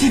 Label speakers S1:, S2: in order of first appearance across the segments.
S1: 黑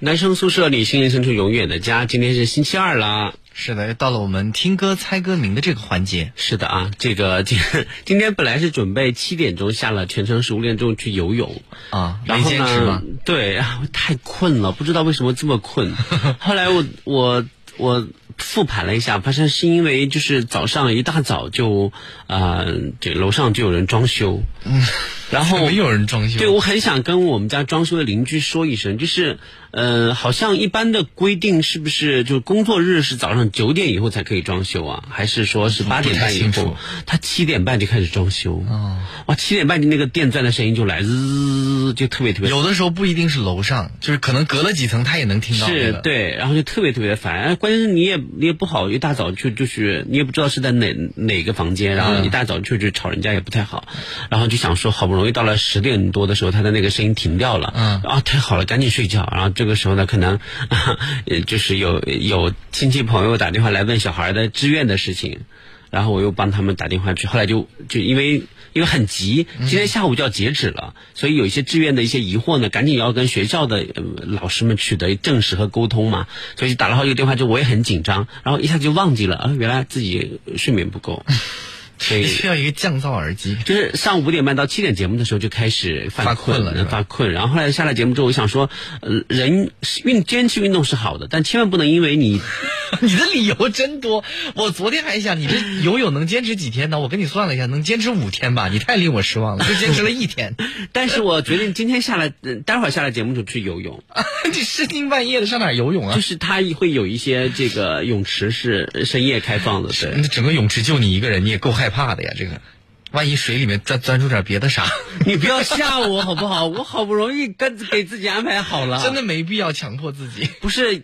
S2: 男生宿舍里心灵深处永远的家。今天是星期二啦。
S3: 是的，到了我们听歌猜歌名的这个环节。
S2: 是的啊，这个 今今天本来是准备七点钟下了全程十五点钟去游泳
S3: 啊，
S2: 然后
S3: 没坚持
S2: 呢
S3: 吗，
S2: 对， 啊太困了，不知道为什么这么 困。后来我我我复盘了一下，发现是因为就是早上一大早就啊、呃这楼上就有人装修，嗯，然后
S3: 没有人装修。
S2: 对，我很想跟我们家装修的邻居说一声，就是，呃，好像一般的规定是不是就是工作日是早上九点以后才可以装修啊？还是说是八点半以
S3: 嗯不太清楚
S2: 后？他七点半就开始装修。哦，哇，七点半就那个电钻的声音就来，滋，就特别特别。
S3: 有的时候不一定是楼上，就是可能隔了几层，他也能听到那个。
S2: 是对，然后就特别特别烦，哎关键是你也你也不好一大早就就是你也不知道是在哪哪个房间，然后一大早就去吵人家也不太好，然后就想说好不容易到了十点多的时候，他的那个声音停掉了，
S3: 嗯
S2: 啊太好了，赶紧睡觉。然后这个时候呢，可能、 呃就是有有亲戚朋友打电话来问小孩的志愿的事情。然后我又帮他们打电话去，后来就就因为因为很急，
S3: 嗯
S2: 今天下午就要截止了，所以有一些志愿的一些疑惑呢，赶紧要跟学校的、呃老师们取得证实和沟通嘛，所以打了好几个电话，就我也很紧张，然后一下就忘记了啊，原来自己睡眠不 够，所以
S3: 需要一个降噪耳机。
S2: 就是上午五点半到七点节目的时候就开始犯
S3: 发
S2: 困
S3: 困了是吧
S2: 发困。然后后来下了节目之后，我想说，呃，人是运坚持运动是好的，但千万不能因为你
S3: 你的理由真多，我昨天还想你这游泳能坚持几天呢？我跟你算了一下，能坚持五天吧？你太令我失望了，就坚持了一天。
S2: 但是我决定今天下来，呃待会儿下来节目就去游泳，
S3: 你深更半夜的上哪儿游泳啊
S2: 就？是它会有一些这个泳池是深夜开放的，对
S3: 那。整个泳池就你一个人，你也够害怕的呀！这个，万一水里面钻钻出点别的啥，
S2: 你不要吓我好不好？ 我好不容易跟给自己安排好了，
S3: 真的没必要强迫自己。
S2: 不是。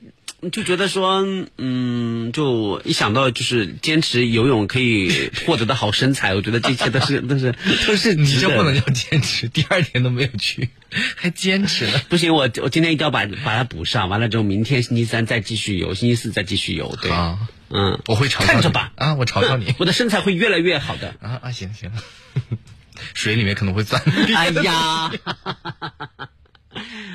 S2: 就觉得说，嗯，就一想到就是坚持游泳可以获得的好身材，我觉得这些都是 都是都是
S3: 你
S2: 值
S3: 这
S2: 得的
S3: 不能叫坚持，第二天都没有 去，还坚持呢。
S2: 不行，我我今天一定要把把它补上，完了之后明天星期三再继续游，星期四再继续游，对，
S3: 好
S2: 嗯，
S3: 我会嘲笑你
S2: 看着吧，
S3: 啊，我嘲笑你
S2: 我的身材会越来越好的。
S3: 啊啊，行 行，水里面可 能会钻。
S2: 哎呀，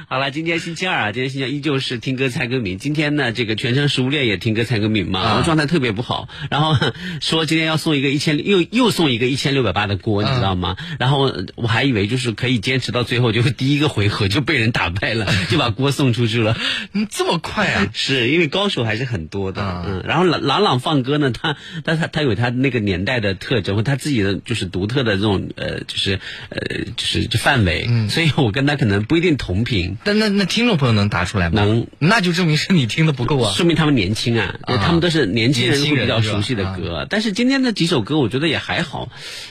S2: 好了，今天星期二啊，今天星期二依旧是听歌猜歌名。今天呢，这个全程食物链也听歌猜歌名嘛，然后状态特别不好。然后 呵说今天要送一个一千，又又送一个一千六百八的锅，你知道吗？然后呃我还以为就是可以坚持到最后，就第一个回合就被人打败了，就把锅送出去了。
S3: 你这么快啊？
S2: 是因为高手还是很多的，
S3: 啊
S2: 嗯，然后朗朗朗放歌呢，他他他他有他那个年代的特征，和他自己的就是独特的这种呃，就是呃，就是这范围，所以我跟他可能不一定同频，
S3: 但那那听众朋友能答出来吗？
S2: 能，
S3: 那就证明是你听的不够啊。
S2: 说明他们年轻啊，就他们都是年轻人
S3: 年
S2: 会
S3: 轻人
S2: 比较熟悉
S3: 是
S2: 的
S3: 吧
S2: 歌，但是今天的几首歌我觉得也还好，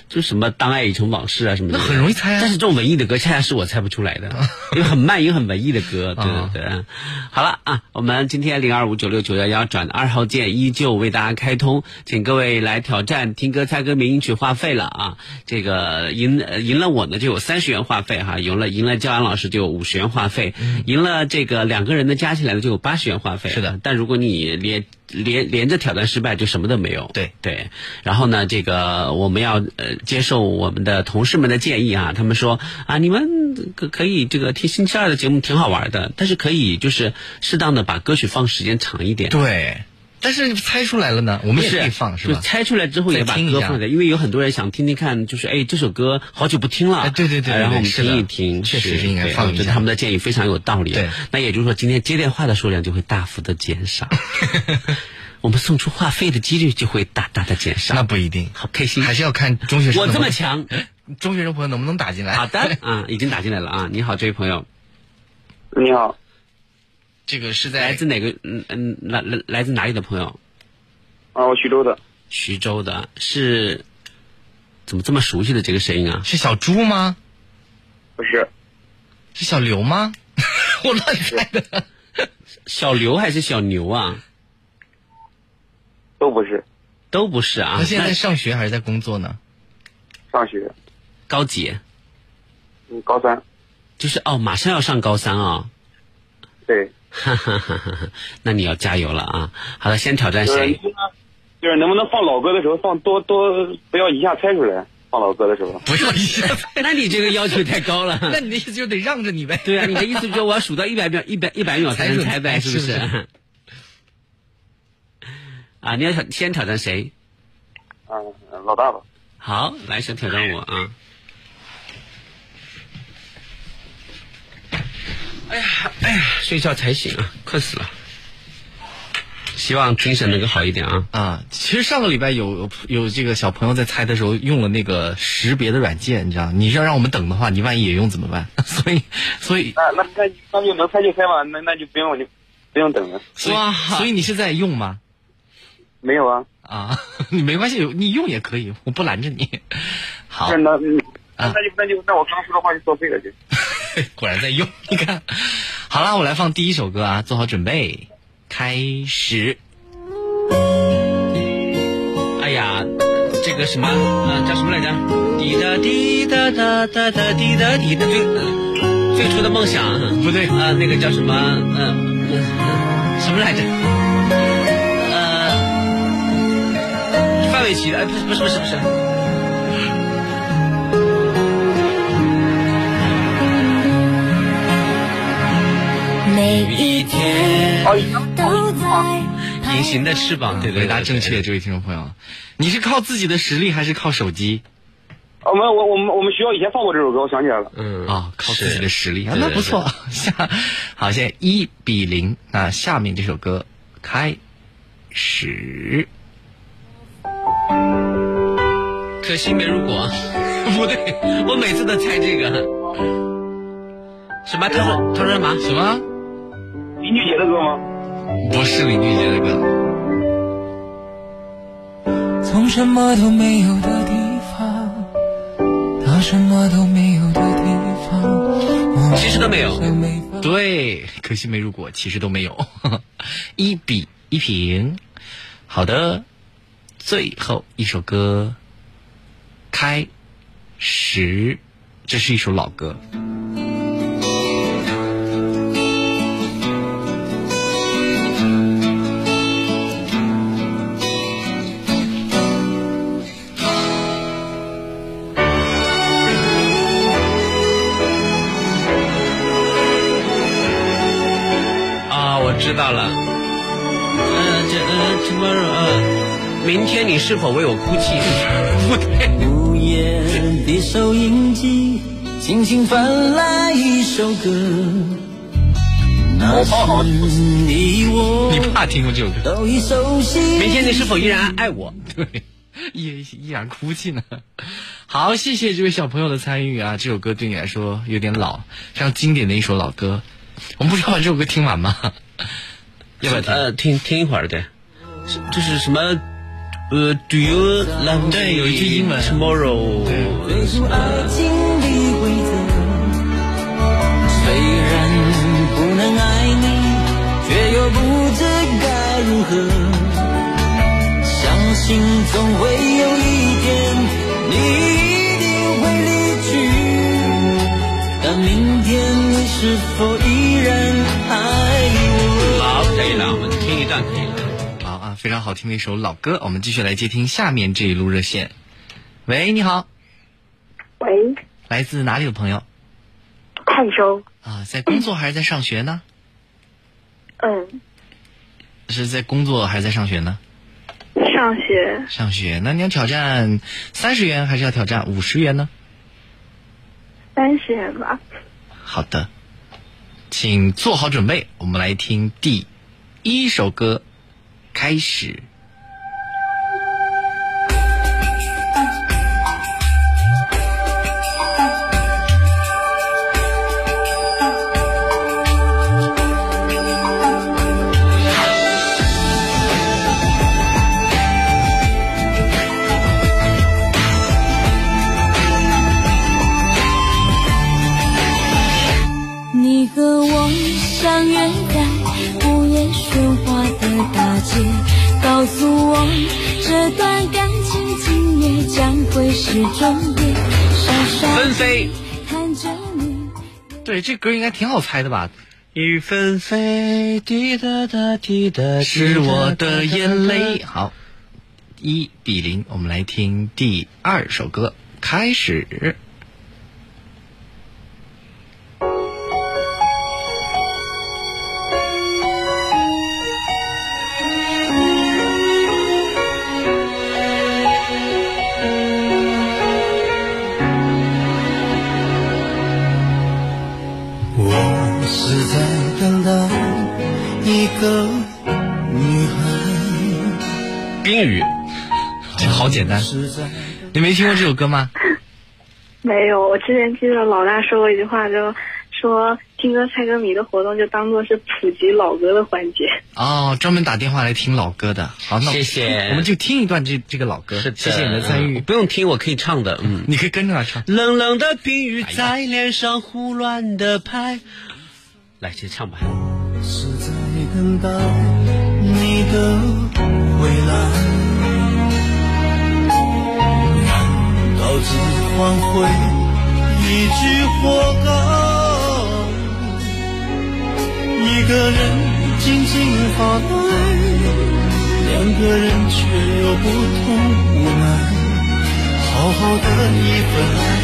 S2: 就什么《当爱已成往事》啊什么的，
S3: 那很容易猜啊啊
S2: 但是这种文艺的歌恰恰是我猜不出来的，因为很慢也很文艺的歌，对对对。好了啊，我们今天零二五九六九幺幺转二号键依旧为大家开通，请各位来挑战听歌猜歌名赢取话费了啊！这个赢呃赢了我呢就有三十元话费哈、赢了赢了焦安老师就有五十元话费，
S3: 嗯
S2: 赢了这个两个人的加起来呢就有八十元话费。
S3: 是的，
S2: 但如果你连连连着挑战失败，就什么都没有。
S3: 对
S2: 对，然后呢，这个我们要呃接受我们的同事们的建议啊，他们说啊，你们可可以这个听星期二的节目挺好玩的，但是可以就是适当的把歌曲放时间长一点。
S3: 对，但是猜出来了呢，我
S2: 不
S3: 们也
S2: 是
S3: 可以放是
S2: 就
S3: 吧？
S2: 猜出来之后也把
S3: 再听一
S2: 歌
S3: 下
S2: 放在，因为有很多人想听听看，就是哎这首歌好久不听了，
S3: 哎对对对
S2: 哎然后我们
S3: 对对是的
S2: 听一听，
S3: 确实是应该放一
S2: 对我觉得
S3: 下
S2: 他们的建议非常有道理。啊
S3: 对，
S2: 那也就是说今天接电话的数量就会大幅的减 少，我们送出话费的几率就会大大的减少。
S3: 那不一定，
S2: 好开心，
S3: 还是要看中学生
S2: 我
S3: 能
S2: 这
S3: 不能。
S2: 么 强。
S3: 中学生朋友能不能打进来？
S2: 好的，啊，已经打进来了啊！你好，这位朋友，
S4: 你好，
S3: 这个是在
S2: 来自哪个？嗯嗯，来来来自哪里的朋友？
S4: 啊，我徐州的，
S2: 徐州的，是怎么这么熟悉的这个声音啊？
S3: 是小猪吗？
S4: 不是
S3: 是小刘吗？ 我乱猜的。
S2: 小刘还是小牛啊？
S4: 都不是，
S2: 都不是啊。
S3: 他现在在
S2: 那
S3: 上学还是在工作呢？
S4: 上学，
S2: 高几？
S4: 嗯，高三，
S2: 就是哦，马上要上高三啊、
S4: 对，
S2: 哈哈哈哈哈！那你要加油了啊！好了，先挑战
S4: 就是
S2: 谁？
S4: 能不能就是能不能放老歌的时候放多多，不要一下猜出来，放老歌的时候。
S3: 不要一下，
S2: 那你这个要求太高了。
S3: 那你的意思就得让着你呗。
S2: 对啊，你的意思就是我要数到一百秒，一百一百秒才能猜呗，
S3: 才
S2: 是不
S3: 准
S2: 是？
S3: 是
S2: 啊，你要挑先挑战谁？
S4: 嗯，老大吧，
S2: 好，来先挑战我啊！哎呀，哎呀，睡觉才醒啊，困死了。希望精神能够好一点啊！
S3: 啊，其实上个礼拜有有这个小朋友在猜的时候用了那个识别的软件，你知道，你要让我们等的话，你万一也用怎么办？ 所以，所以，
S4: 那那那那就能猜就猜吧，那那就不用就不用等了。
S3: 所以，
S2: 哇
S3: 所以你是在用吗？
S4: 没有啊，
S3: 啊， 你没关系，你用也可以，我不拦着你。 好
S4: 那，那嗯
S5: 啊
S4: 那就那就那我刚说的话就作废了就。
S3: 果然在用， 你看。好了，我来放第一首歌啊，做好准备，开始。
S2: 哎呀，这个什么，呃，叫什么来着？滴答滴答答答答滴答滴答，最呃最初的梦想
S3: 不对
S2: 啊、呃那个叫什么，嗯、呃，什么来着？呃，范玮琪的，哎，不是不是不是不是，
S1: 每一天
S2: 哦
S1: 都在
S2: 隐形的翅膀，对对对
S3: 回答正
S2: 对
S3: 确，
S2: 对
S3: 这位听众朋友，你是靠自己的实力还是靠手机
S4: 我们我我们我们学校以前放过这首歌，我想起来了。
S2: 嗯
S3: 啊、靠自己的实力啊，
S2: 对
S3: 那
S2: 对
S3: 不
S2: 对
S3: 错。 下，好，现在一比零。那下面这首歌开始，
S2: 可惜没如果， 不对，我每次都猜这个。什么？他说他说什么？
S3: 什么？
S4: 林俊杰的歌吗？
S3: 不是林俊杰的歌，
S6: 从什么都没有的地方到什么都没有的地方，我
S2: 其实都没有。
S6: 们每分
S3: 对，可惜没如果，其实都没有。 一比一平。好的，最后一首歌开始，这是一首老歌。
S2: 啊，我知道了。呃，这呃，tomorrow，呃，明天你是否为我哭泣？不对，
S6: 午夜的收音机，轻轻翻来一首歌，那是你
S2: 哦
S6: 我
S3: 你怕听过这首歌？
S6: 都已熟悉。
S2: 明天你是否依然爱我？
S3: 对，依依然哭泣呢。好，谢谢这位小朋友的参与啊！这首歌对你来说有点老，非常经典的一首老歌。我们不是要把这首歌听完吗？ 要不要听？
S2: 呃，听听一会儿，对，是这是什么？呃，Do you love me？
S3: 对有一句英文
S2: Tomorrow，
S6: 追逐爱情的规则。虽然不能爱你，却又不知该如何。相信总会有一天，你一定会离去。但明天你是否依然爱我？
S2: 好，可以了，我们听一段可以了。
S3: 好啊，非常好听的一首老歌。我们继续来接听下面这一路热线。喂，你好，
S7: 喂，
S3: 来自哪里的朋友
S7: 泰州，
S3: 啊？在工作还是在上学呢？
S7: 嗯，
S3: 是在工作还是在上学呢？
S7: 上学
S3: 上学。那你要挑战三十元，还是要挑战五十元呢？
S7: 三十元吧。
S3: 好的，请做好准备，我们来听第一首歌，开始。
S1: 你和我相约在午夜喧哗的大街，告诉是终点，傻
S3: 纷
S1: 傻
S3: 飞。
S1: 看着你。
S3: 对，这歌应该挺好猜的吧？
S2: 雨纷飞，滴答答，滴答答，
S3: 是我的眼
S2: 滴
S3: 泪。
S2: 答答。
S3: 好，一比零，我们来听第二首歌，开始。
S6: 我是在等待一个女孩，
S3: 冰雨，这好简单。
S6: 是在
S3: 你没听过这首歌吗？
S7: 没有，我之前记得老大说过一句话，就说听歌猜歌谜的活动就当做是普及老歌的环节。
S3: 哦，专门打电话来听老歌的。好，那我
S2: 谢谢
S3: 我们就听一段这这个老歌。
S2: 是的，
S3: 谢谢你的参与
S2: 嗯，不用听，我可以唱的。嗯，
S3: 你可以跟着他唱。
S2: 冷冷的冰雨在脸上胡乱的拍。来，先唱吧。
S6: 是在等待你的未来，难道只换回一句活该？一个人静静发呆，两个人却又不同无奈。好好的一份爱，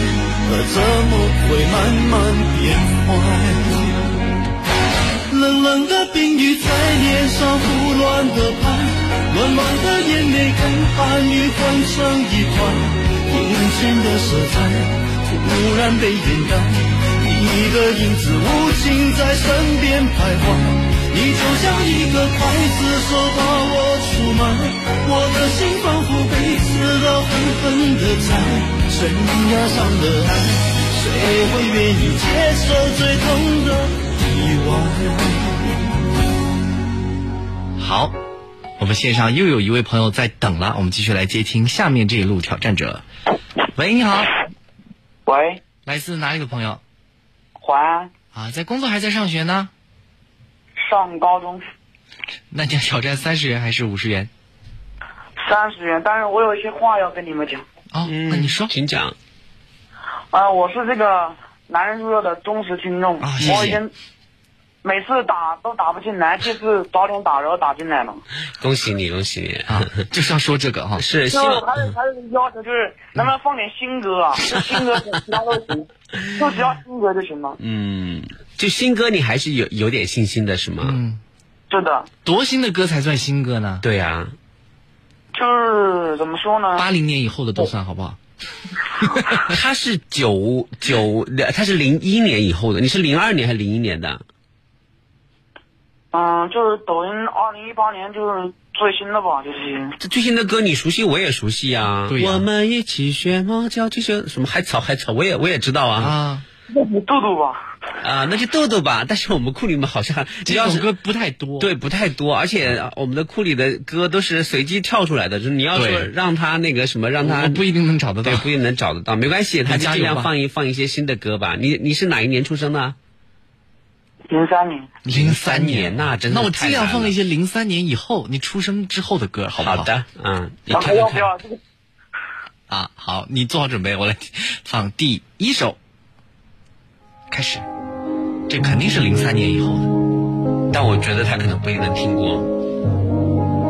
S6: 可怎么会慢慢变坏？冷冷的冰雨在脸上胡乱的拍，暖暖的眼泪跟寒雨混成一块，眼前的色彩突然被掩盖，你的影子无情在身边徘徊，你就像一个刽子手把我出卖，我的心仿佛被刺刀狠狠的宰，悬崖上的爱，谁会愿意接受最痛的意外？
S3: 好，我们线上又有一位朋友在等了，我们继续来接听下面这一路挑战者。喂，你好，
S4: 喂，
S3: 来自哪里的朋友
S4: 淮安
S3: 啊？在工作还是在上学呢？
S4: 上高中
S3: 那你要挑战三十元还是五十元？
S4: 三十元，但是我有一些话要跟你们讲。
S3: 哦，
S2: 嗯
S3: 那 你说
S2: 请讲。
S4: 啊、我是这个男人宿舍的忠实听众，
S3: 啊谢谢
S4: 我已经每次打都打不进来，这次早点打，然后打进来了。
S3: 哎
S2: 恭喜你，恭喜你。
S3: 啊，就是要说这个哈、
S2: 是希
S4: 就
S2: 望
S4: 还有还有一个要求就是，能不能放点新歌
S3: 嗯
S4: 啊？就新歌其他都行，就只要新歌就行了。
S2: 嗯，就新歌你还是有有点信心的是吗？
S3: 嗯，
S4: 是的，
S3: 多新的歌才算新歌呢？
S2: 对啊呀、
S4: 就是怎么说呢？
S3: 八零年以后的都算好不好？
S2: 他是九九，他是零一年以后的，你是零二年还是零一年的？
S4: 嗯，就是抖音二零一八年就是最新的吧，就是
S2: 这最新的歌你熟悉，我也熟悉呀、
S3: 对呀
S2: 我们一起学猫叫，这些什么海草海草，我也我也知道啊
S3: 啊，
S4: 豆豆吧。
S2: 啊那就豆豆吧。但是我们库里面好像只
S3: 这
S2: 要
S3: 首
S2: 是
S3: 歌不太多。
S2: 对，不太多，嗯而且我们的库里的歌都是随机跳出来的，就是你要说
S3: 对
S2: 让他那个什么，让
S3: 我
S2: 他
S3: 不一定能找得到
S2: 对。 不一定能找得到，没关系，他就
S3: 加油
S2: 尽量
S3: 吧
S2: 放一放一些新的歌吧。你你是哪一年出生的？
S4: 零三年，
S3: 零
S2: 03
S3: 三
S2: 年那真的
S3: 那我
S2: 太
S3: 尽量
S2: 难
S3: 放
S2: 了
S3: 一些零三年以后你出生之后的歌，好不好？
S2: 好的，嗯，你
S4: 咱
S2: 看看
S4: 们要不
S2: 看。
S4: 要这个
S3: 啊，好，你做好准备，我来 放第一首，开始。这肯定是零三年以后的，
S2: 但我觉得他可能不一定能听过。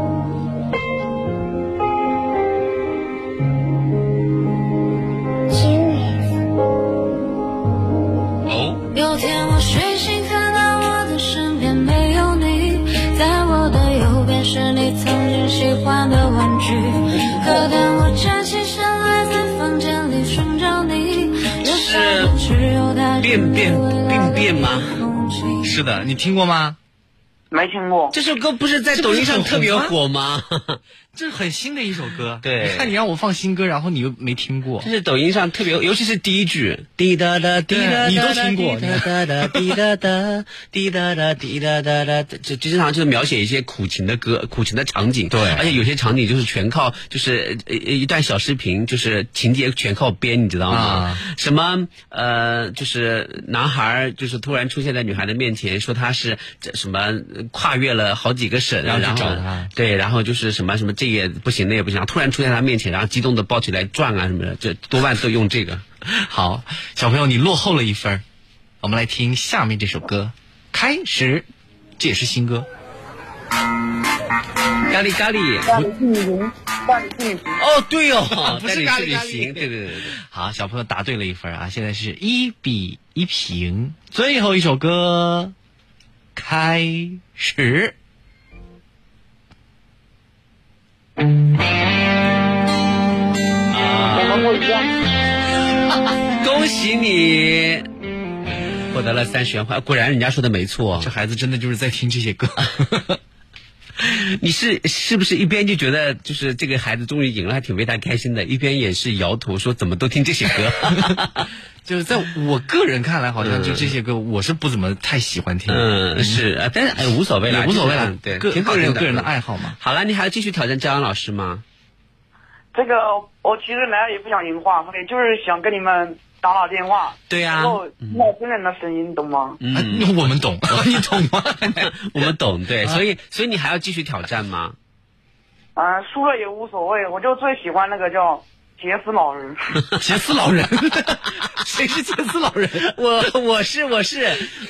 S2: 哦，
S1: 有天我睡醒，看到我的身边没有你，在我的右边是你曾经喜欢的玩具。可当我站起身来，在房间里寻找你，留下的只有他
S2: 便便便便吗？
S3: 是的，你听过吗？
S4: 没听过？
S2: 这首歌不是在抖音上特别火吗？
S3: 这是很新的一首歌。
S2: 对
S3: 你看你让我放新歌，然后你又没听过
S2: 这，是抖音上特别，尤其是第一句，滴答答滴答，
S3: 你都听过
S2: 滴答答滴答 答滴答答滴答答答，这这经常就是描写一些苦情的歌，苦情的场景。
S3: 对
S2: 而且有些场景就是全靠就是呃一段小视频，就是情节全靠编，你知道吗？
S3: 啊
S2: 什么呃，就是男孩儿就是突然出现在女孩的面前，说他是这什么呃跨越了好几个省，
S3: 然后去
S2: 然后
S3: 找他
S2: 对，然后就是什么什么这也不行那也不行，然后突然出现在他面前，然后激动的抱起来转啊什么的，这多半都用这个。
S3: 好，小朋友，你落后了一分儿。我们来听下面这首歌，开始，这也是新歌。，
S2: 咖喱咖喱，
S4: 大理去旅行，大理去旅行，
S2: 哦对哦
S3: 不哦是咖喱
S2: 但
S3: 咖
S2: 是
S3: 喱
S2: 旅行对对对对对。
S3: 好，小朋友答对了一分儿啊，现在是一比一平。最后一首歌，开始。
S4: 我们过一天，
S2: 恭喜你获得了三十元花，果然人家说的没错
S3: 这。孩子真的就是在听这些歌。
S2: 你是是不是一边就觉得就是这个孩子终于赢了，还挺为他开心的，一边也是摇头说怎么都听这些歌？
S3: 就是在我个人看来，好像就这些歌，我是不怎么太喜欢听。
S2: 嗯，是，啊，但是哎无所谓了，
S3: 也无所谓了
S2: 就是对，
S3: 个
S2: 挺好
S3: 个人有
S2: 听
S3: 个人的爱好嘛。
S2: 好了，你还要继续挑战张扬老师吗？
S4: 这个我其实来了也不想赢话费，就是想跟你们打打电话，
S2: 对呀、
S4: 然
S3: 哦
S4: 后
S3: 嗯
S4: 听到真人的声音，懂吗？
S3: 啊 我们懂，你懂吗？
S2: 我们懂，对，
S3: 啊
S2: 所以所以你还要继续挑战 吗？
S4: 啊，输了也无所谓，我就最喜欢那个叫杰斯老人。
S3: 杰斯老 人，谁是杰斯老 人？
S2: 我我是我是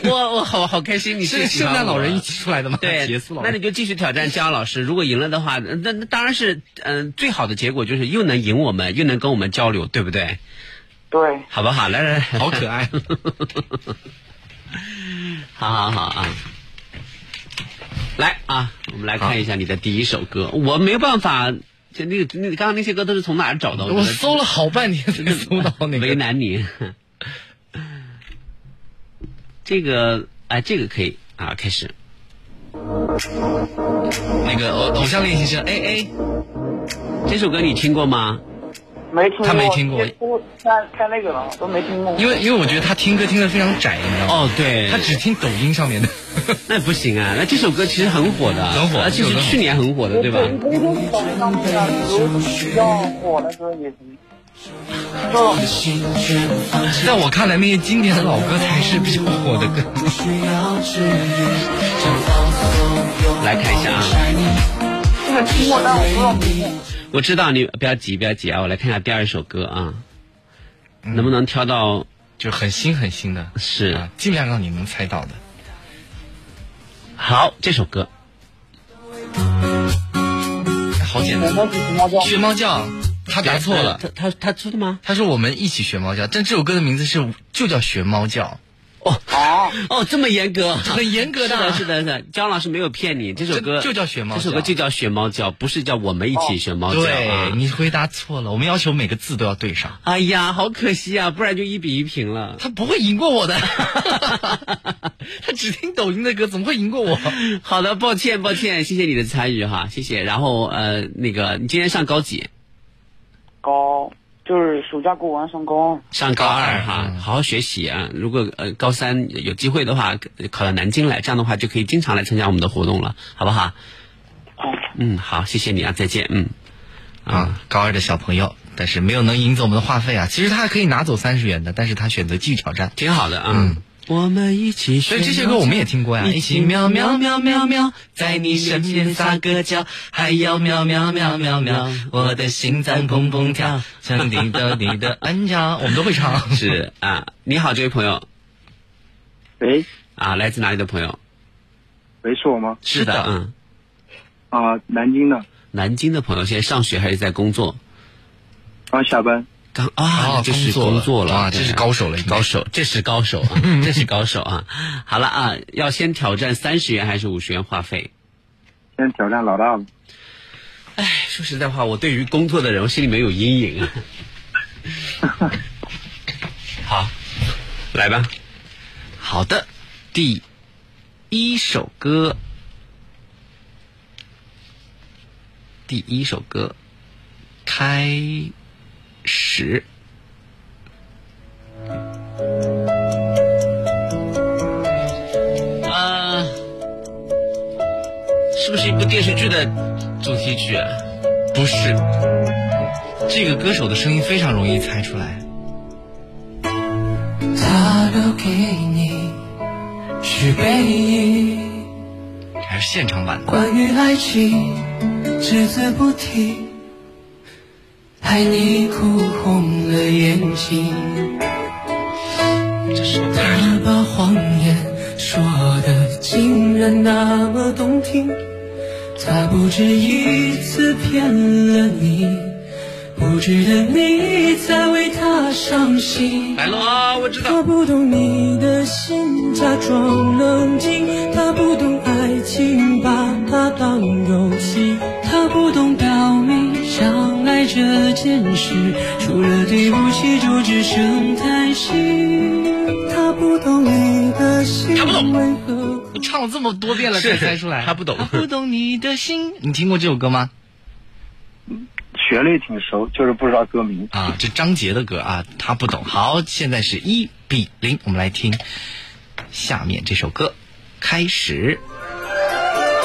S2: 我我好好开心，你
S3: 是圣诞老人一起出来的吗？
S2: 对，
S3: 杰斯老
S2: 那
S3: 人
S2: 你。就继续挑战姜老师。如果赢了的话，那那当然是嗯、最好的结果就是又能赢我们，又能跟我们交流，对不对？
S4: 对，
S2: 好不好？来来来，
S3: 好可爱，
S2: 好好好啊！来啊，我们来看一下你的第一首歌。我没有办法，就那个那个刚刚那些歌都是从哪儿找到的？
S3: 我搜了好半天才搜到那
S2: 为
S3: 个。
S2: 难你。 这个哎，这个可以啊，开始。哦
S3: 那个偶偶像练习生 A A，
S2: 这首歌你听过吗？
S4: 没听过。
S3: 他没听过
S4: 过。看看那个了，都没听过。
S3: 因为因为我觉得他听歌听得非常窄，你知道吗？
S2: 哦，对，
S3: 他只听抖音上面的。
S2: 那不行啊！那这首歌其实很火的，
S3: 很火
S2: 而且是去年很火的，对吧？
S4: 我一直抖音上面的，比如比较火的歌也行。就
S3: 在我看来，那些经典的老歌才是比较火的歌。
S2: 来看一下啊，
S4: 这个听过，但我不知道名字。
S2: 我知道你不要急，不要急啊！我来看一下第二首歌啊，能不能挑到？
S3: 就很新很新的，
S2: 是
S3: 嗯啊，尽量让你能猜到的。
S2: 好，这首歌
S3: 哎好简单，
S4: 我只听过叫
S3: 学猫叫，他答错了。
S2: 呃他他他出的吗？
S3: 他说我们一起学猫叫，但这首歌的名字是就叫学猫叫，
S4: 啊，
S2: 哦，这么严格，
S3: 很严格
S2: 是
S3: 的
S2: 的，
S3: 啊。
S2: 是的，是的。姜老师没有骗你，这首歌
S3: 就就叫学猫叫哦
S2: 这首歌就叫学猫叫，不是叫我们一起学猫叫啊
S3: 对，。你回答错了，我们要求每个字都要对上。
S2: 哎呀，好可惜啊，不然就一比一平了。
S3: 他不会赢过我的， 他只听抖音的歌，怎么会赢过我？
S2: 好的，抱歉，抱歉，谢谢你的参与哈，谢谢。然后呃，那个你今天上高几？
S4: 高，就是暑假过完上高。
S2: 上高二哈，
S3: 嗯
S2: 好好学习啊！如果呃高三有机会的话，呃考到南京来，这样的话就可以经常来参加我们的活动了，好不好？
S4: 好
S2: 嗯，好，谢谢你啊，再见，嗯。
S3: 啊，高二的小朋友，但是没有能赢走我们的话费啊。其实他还可以拿走三十元的，但是他选择继续挑战。
S2: 挺好的啊。
S3: 嗯
S2: 我们一起学
S3: 所以这些歌我们也听过呀，
S2: 一
S3: 一
S2: 起
S3: 起
S2: 喵
S3: 喵
S2: 喵喵
S3: 喵
S2: 喵
S3: 喵喵
S2: 喵
S3: 喵，
S2: 在
S3: 在
S2: 你
S3: 你
S2: 身
S3: 身
S2: 边
S3: 边
S2: 撒
S3: 撒
S2: 个
S3: 个
S2: 娇
S3: 娇，
S2: 还
S3: 还
S2: 要
S3: 要
S2: 喵
S3: 喵
S2: 喵
S3: 喵
S2: 喵
S3: 喵
S2: 喵
S3: 喵
S2: 喵
S3: 喵，
S2: 我
S3: 我
S2: 的
S3: 的
S2: 心
S3: 心
S2: 脏
S3: 脏
S2: 砰砰
S3: 砰砰
S2: 跳
S3: 跳，像你的你的安家，我们都会唱。
S2: 是啊，你好，这位朋友
S5: 喂，
S2: 啊，来自哪里的朋友？
S5: 喂，是我吗？
S2: 是的，嗯，
S5: 啊、南京的，
S2: 南京的朋友，现在上学还是在工作？
S5: 刚下班。
S2: 刚啊，那就是工
S3: 哦工
S2: 作
S3: 作了
S2: 了
S3: 啊这是高手了
S2: 对
S3: 应该
S2: 高手，这是高手 啊，这是高手啊！好了啊，要先挑战三十元还是五十元话费？
S5: 先挑战老大吧。
S2: 哎，说实在话，我对于工作的人，我心里面有阴影啊。 好，来吧，
S3: 好的，第一首歌，第一首歌，开始。
S2: 啊、是不是一部电视剧的主题曲啊、
S3: 不是，这个歌手的声音非常容易猜出来。他留给你是背影，还是现场版的？
S6: 关于爱情，只字不提，害你哭红了眼睛。他把谎言说的竟然那么动听，他不止一次骗了你，不值得你再为他伤心。
S3: 来了啊，我知道。
S6: 他不懂你的心，假装冷静；他不懂爱情，把它当游戏；他不懂表明相爱这件事，除了对不起就只剩叹息。他不懂你的心，
S3: 他不懂
S6: 为何
S3: 你唱了这么多遍了，才
S2: 是
S3: 猜出来。
S2: 他不懂
S3: 他不懂你的心。你听过这首歌吗？
S5: 旋律挺熟，就是不知道歌名。
S3: 啊，这张杰的歌啊，他不懂。好，现在是一比零，我们来听下面这首歌，开始。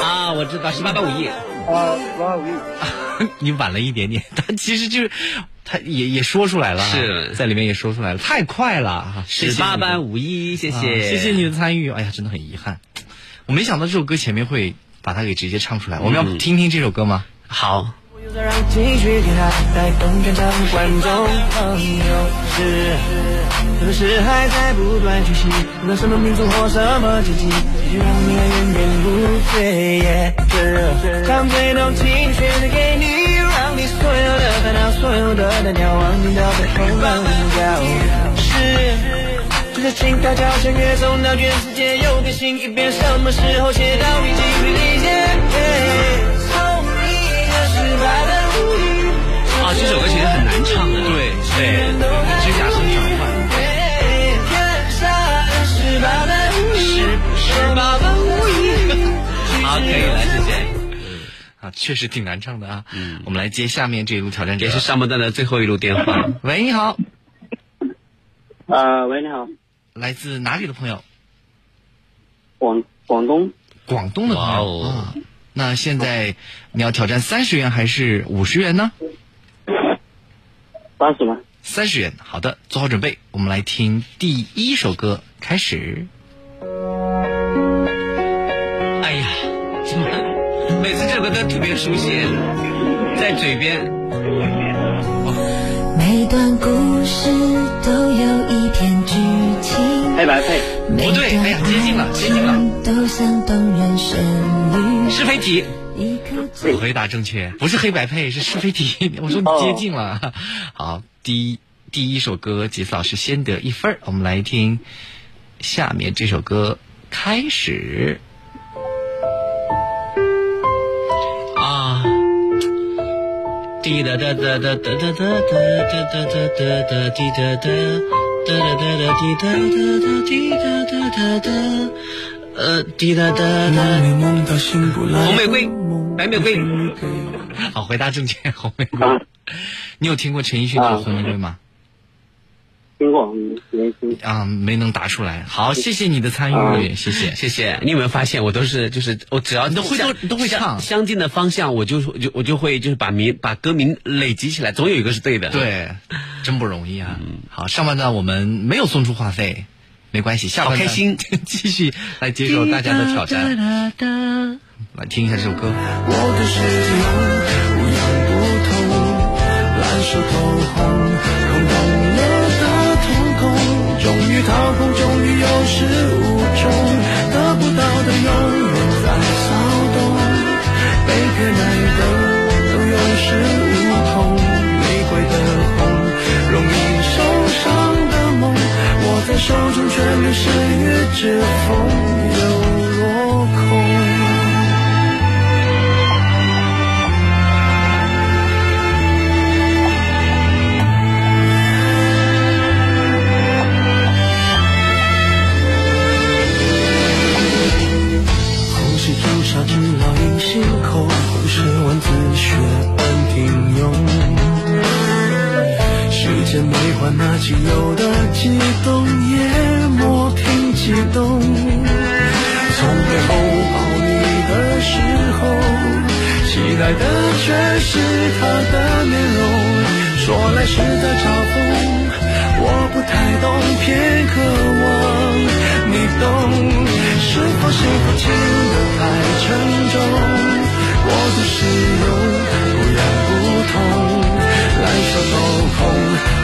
S2: 啊，我知道是八八五一。
S5: 啊，王五一，
S3: 嗯你晚了一点 点，他其实就是，他也也说出来了啊，
S2: 是
S3: 在里面也说出来了，太快了啊！谢
S2: 是
S3: 谢你
S2: 八
S3: 的
S2: 八五一，谢
S3: 啊
S2: 谢，
S3: 谢谢你的参与。哎呀，真的很遗憾，我没想到这首歌前面会把它给直接唱出来。我们
S2: 嗯
S3: 要听听这首歌吗？
S2: 好，啊
S6: 就让情绪给他带动全场观众朋友是，有时还在不断学习，无论什么民族或什么阶级，继续让你来源源不绝。也是，将最动情绪的给你，让你所有的烦恼、所有的单调，往你的背后忘掉。是。就在情高桥前越走到全世界，有点心一遍，什么时候写到已经被理解。聪明的是八的无意，
S2: 啊，这首歌其实很难唱的，对对，指甲声转换。
S6: 天下的十八般武艺，十八般武艺。
S2: 好，可以了，谢谢。
S3: 啊，确实挺难唱的啊。嗯，我们来接下面这一路挑战者。
S2: 也是上半段的最后一路电话，
S3: 喂，你好，
S5: 呃，喂，你好，
S3: 来自哪里的朋友？
S5: 广广东
S3: 广东的朋友。
S2: 哇哦
S3: 啊那现在你要挑战三十元还是五十元呢？
S5: 八十吗？
S3: 三十元，好的，做好准备，我们来听第一首歌，开始。
S2: 哎呀，怎么每次这首歌都特别熟悉，在嘴边。
S1: 每段故事都有一片剧情，
S5: 黑白配，
S1: 不
S3: 对哎呀接近了接近了，
S1: 都像动人旋律。
S2: 是非题，
S1: 一颗
S3: 我回答正确，不是黑白配，是是非题。我说你接近了。好，第一第一首歌，杰斯老师先得一分儿。我们来听下面这首歌，开始。
S2: 啊！滴答答答答答答答答答答答答滴答答哒哒哒哒滴答哒哒滴答哒哒哒，呃滴答哒
S6: 梦
S2: 哒。
S6: 里梦到醒不来，
S2: 红玫瑰，白玫瑰，
S3: 好，回答正确，红玫瑰。你有听过陈奕迅的《红玫瑰》吗？
S5: 听过没听？
S3: 啊，没能答出来。好，谢谢你的参与，谢谢。
S2: 谢谢。你有没有发现，我都是就是我只要
S3: 你都会
S2: 相
S3: 都你都会
S2: 相
S3: 唱
S2: 相近的方向，我就我就我就会就是把名把歌名累积起来，总有一个是对的。，
S3: 对，真不容易啊。好，上半段我们没有送出话费，没关系，下半段
S2: 好开心，
S3: 继续来接受大家的挑战。来听一下这首歌。
S6: 我的世界无样不同，蓝手透红，空荡了的天空，终于掏空，终于有始无终，得不到的永远在骚动，被偏爱的都有恃无恐，玫瑰的红，容易受伤的梦，握在手中却流失于指缝，又落空。红是朱砂痣烙印心口，红是万紫雪般平庸。时间美化那仅有的悸动，也磨平激动。从背后抱你的时候，期待的却是他的面容。说来是在嘲讽，我不太懂，偏渴望你懂。是否幸福轻得太沉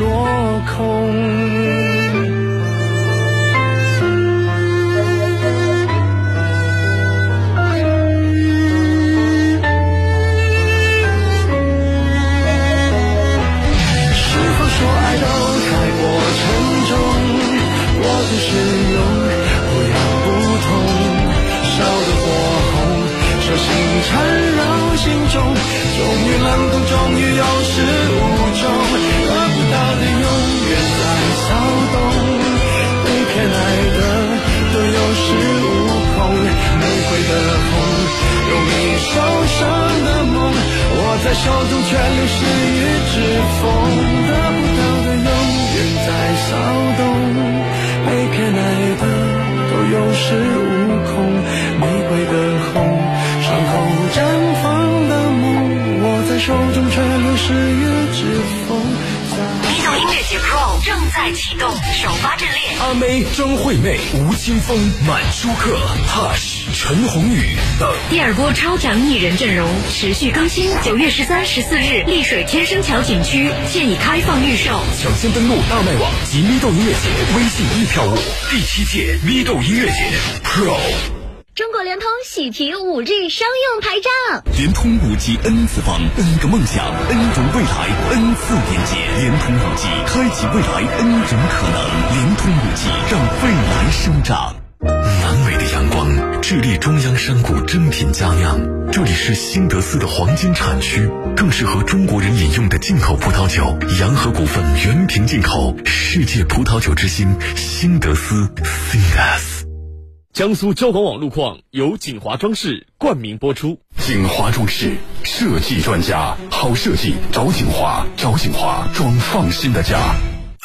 S6: 落空。是否说爱都太过沉重？我只是用不痒不痛烧得火红，手心缠绕心中，终于冷冻，终于有始无终，得不到的永远在骚动，被偏爱的都有恃无恐，玫瑰的红，容易受伤的梦，握在手中却流失于指缝，得不到的永远在骚动，被偏爱的都有恃无恐，玫瑰的红，伤口绽放的梦，握在手中却流失于指缝。
S8: 移动音乐节 Pro 正在启动，首发阵列。
S9: 阿妹、张惠妹、吴青峰、满舒克、Hush、陈鸿宇等。
S8: 第二波超强艺人阵容持续更新，九月十三、十四日，丽水天生桥景区现已开放预售。
S9: 抢先登录大麦网及咪豆音乐节微信预票务。第七届咪豆音乐节 Pro。
S10: 中国联通喜提五 G 商用牌照。
S9: 联通五 G N 次方，N 个梦想，N 种未来，N 次连接。联通五 G 开启未来 N 种可能，联通五 G 让未来生长。南美的阳光，智利中央山谷珍品佳酿，这里是新德斯的黄金产区，更适合中国人饮用的进口葡萄酒。洋河股份原瓶进口，世界葡萄酒之星，新德斯 （Sindas）。
S11: 江苏交广网路况由锦华装饰冠名播出。
S9: 锦华装饰设计专家，好设计找锦华，找锦华装放心的家。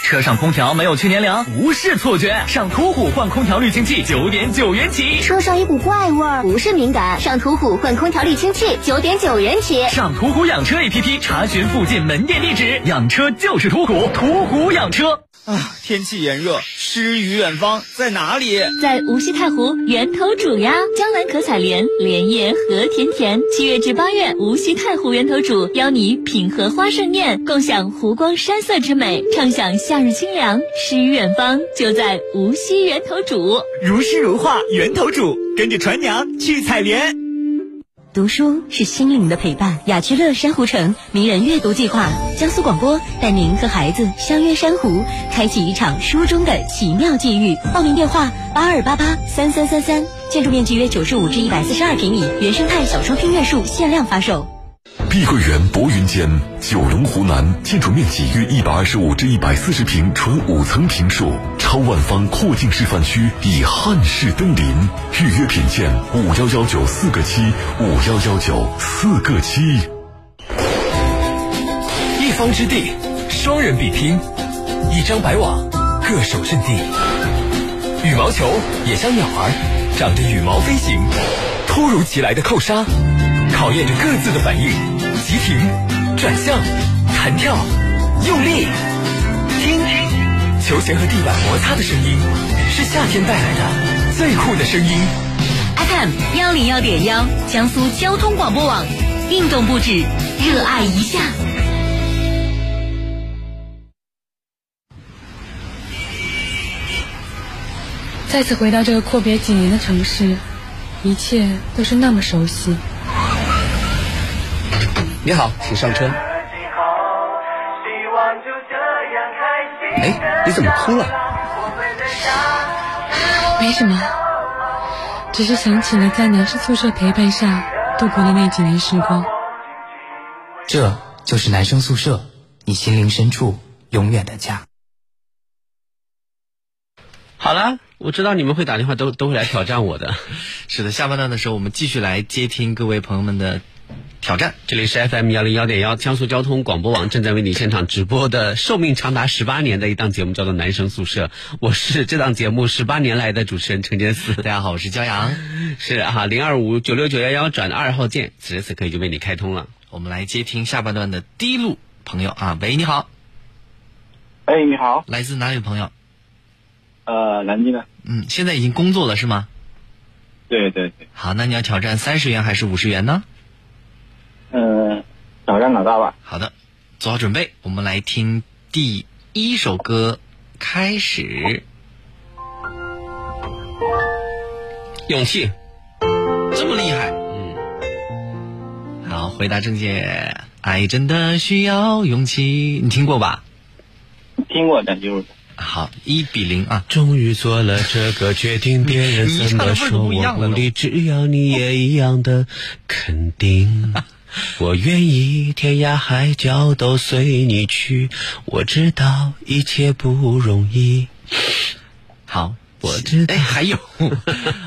S12: 车上空调没有去年凉，不是错觉。上途虎换空调滤清器，九点九元起。
S13: 车上一股怪味儿，不是敏感。上途虎换空调滤清器，九点九元起。
S12: 上途虎养车 APP 查询附近门店地址，养车就是途虎，途虎养车。
S14: 啊，天气炎热，诗与远方在哪里？
S15: 在无锡太湖源头渚呀，江南可采莲，莲叶何田田。七月至八月，无锡太湖源头渚邀你品荷花盛宴，共享湖光山色之美，畅享夏日清凉。诗与远方就在无锡源头渚，
S16: 如诗如画，源头渚，跟着船娘去采莲。
S17: 读书是心灵的陪伴。雅居乐珊瑚城名人阅读计划，江苏广播带您和孩子相约珊瑚，开启一场书中的奇妙际遇。报名电话：八二八八三三三三。建筑面积约九十五至一百四十二平米，原生态小说拼阅数限量发售。
S9: 碧桂园博云间，九龙湖南，建筑面积约一百二十五至一百四十平，纯五层平数，超万方扩建示范区已汉室登临。预约品鉴五幺幺九四个七，五幺幺九四个七。
S18: 一方之地，双人比拼；一张白网，各守阵地。羽毛球也像鸟儿，长着羽毛飞行。突如其来的扣杀，考验着各自的反应。急停、转向、弹跳、用力，听，球鞋和地板摩擦的声音，是夏天带来的最酷的声音。
S8: FM 幺零幺点幺，江苏交通广播网，运动不止，热爱一下。
S19: 再次回到这个阔别几年的城市，一切都是那么熟悉。
S20: 你好，请上车。哎，你怎么哭了？
S19: 没什么，只是想起了在男生宿舍陪伴下度过的那几年时光。
S20: 这就是男生宿舍，你心灵深处永远的家。
S2: 好了，我知道你们会打电话都都会来挑战我的。
S3: 是的，下半段的时候我们继续来接听各位朋友们的挑战。
S2: 这里是 FM 幺零幺点幺，江苏交通广播网正在为你现场直播的寿命长达十八年的一档节目，叫做《男生宿舍》。我是这档节目十八年来的主持人陈杰思。
S3: 大家好，我是骄阳。
S2: 是哈，零二五九六九幺幺转二号键，此时此刻已经为你开通了。
S3: 我们来接听下半段的第一路朋友啊，喂，你好，
S21: 哎，你好，
S3: 来自哪里的朋友？
S5: 呃，南京的。
S3: 嗯，现在已经工作了是吗？
S5: 对对对。
S3: 好，那你要挑战三十元还是五十元呢？
S5: 嗯，挑战老大吧。
S3: 好的，做好准备，我们来听第一首歌，开始。
S2: 勇气，
S3: 这么厉害？嗯。好，回答正确。爱真的需要勇气，你听过吧？
S5: 听过，但就是。
S3: 好，一比零啊！
S2: 终于做了这个决定，别人怎 么说我不理，只要你也一样的肯 定。我愿意天涯海角都随你去，我知道一切不容易。
S3: 好，我知哎，还有，